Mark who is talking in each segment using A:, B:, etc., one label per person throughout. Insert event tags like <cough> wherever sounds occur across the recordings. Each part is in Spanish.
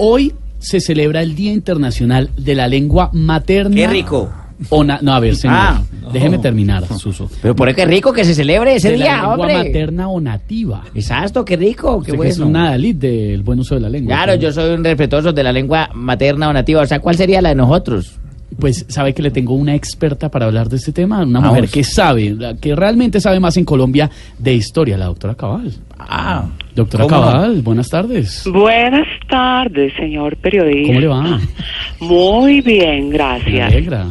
A: Hoy se celebra el Día Internacional de la Lengua Materna.
B: ¡Qué rico!
A: O na- no, a ver, señor.
B: Ah.
A: déjeme terminar, Suso.
B: Pero por qué rico que se celebre ese
A: de la
B: día,
A: lengua
B: hombre.
A: materna o nativa.
B: Exacto, qué rico,
A: Usted
B: qué
A: que
B: bueno.
A: es un adalid del buen uso de la lengua.
B: Claro, yo soy un respetuoso de la lengua materna o nativa. O sea, ¿cuál sería la de nosotros?
A: Pues sabe que le tengo una experta para hablar de este tema, una
B: Ah, Vamos.
A: mujer que sabe, la que realmente sabe más en Colombia de historia, la doctora Cabal.
B: Ah,
A: Doctora
B: ¿Cómo no?
A: Cabal, buenas tardes.
C: Buenas tardes, señor periodista.
A: ¿Cómo le va?
C: Muy bien,
A: Me
C: gracias.
A: alegra.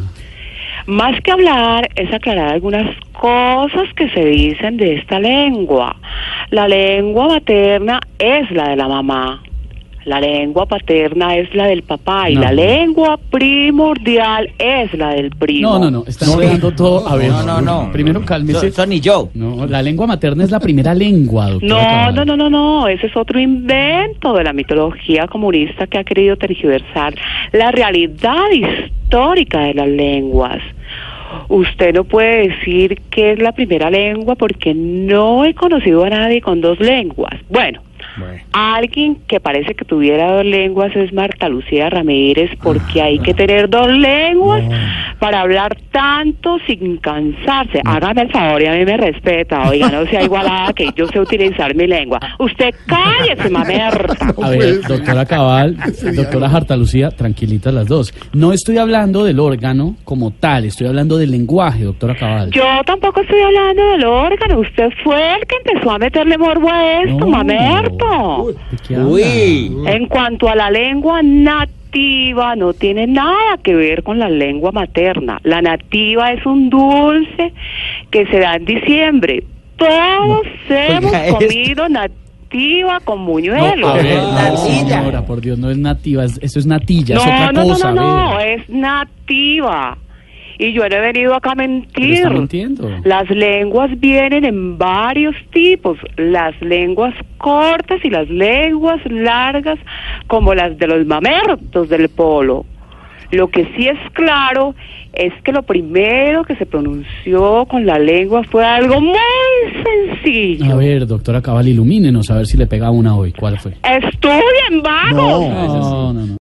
C: Más que hablar es aclarar algunas cosas que se dicen de esta lengua. La lengua materna es la de la mamá. La lengua paterna es la del papá y
A: No.
C: la lengua primordial es la del primo.
A: No, no, no, está enredando todo. A ver,
B: No, no, no.
A: primero cálmese.
B: Son, son y yo.
A: No, la lengua materna es la primera lengua, doctora.
C: No,
A: Cabal.
C: no, no, no, no, ese es otro invento de la mitología comunista que ha querido tergiversar la realidad histórica de las lenguas. Usted no puede decir que es la primera lengua porque no he conocido a nadie con dos lenguas. Bueno, alguien que parece que tuviera dos lenguas es Marta Lucía Ramírez porque hay que tener dos lenguas para hablar tanto sin cansarse. Hágame el favor y a mí me respeta, oiga, no sea igualada que yo sé utilizar mi lengua. Usted cállese, mamerta.
A: A ver, doctora Cabal, doctora Jartalucía, tranquilitas las dos. No estoy hablando del órgano como tal, estoy hablando del lenguaje, doctora Cabal.
C: Yo tampoco estoy hablando del órgano, usted fue el que empezó a meterle morbo a esto,
A: No.
C: mamerto.
A: ¿De qué habla?
B: Uy.
C: En cuanto a la lengua nativa, no tiene nada que ver con la lengua materna. La nativa es un dulce que se da en diciembre. Todos
A: <laughs>
C: hemos
B: Oiga, esto.
C: comido nativa con
A: No,
C: buñuelos.
A: a ver,
B: Ah,
A: no,
B: natilla.
A: señora, por Dios, no es nativa, es- eso es natilla, es otra
C: no,
A: cosa.
C: no, no,
A: a
C: no,
A: ver.
C: es nativa. Y yo no he venido acá a
A: Pero
C: mentir.
A: está mintiendo.
C: Las lenguas vienen en varios tipos, las lenguas cortas y las lenguas largas, como las de los mamertos del polo. Lo que sí es claro es que lo primero que se pronunció con la lengua fue algo muy
A: A
C: sencillo.
A: ver, doctora Cabal, ilumínenos, a ver si le pega una hoy. ¿Cuál fue?
C: Estudien, vagos.
A: No, no, no.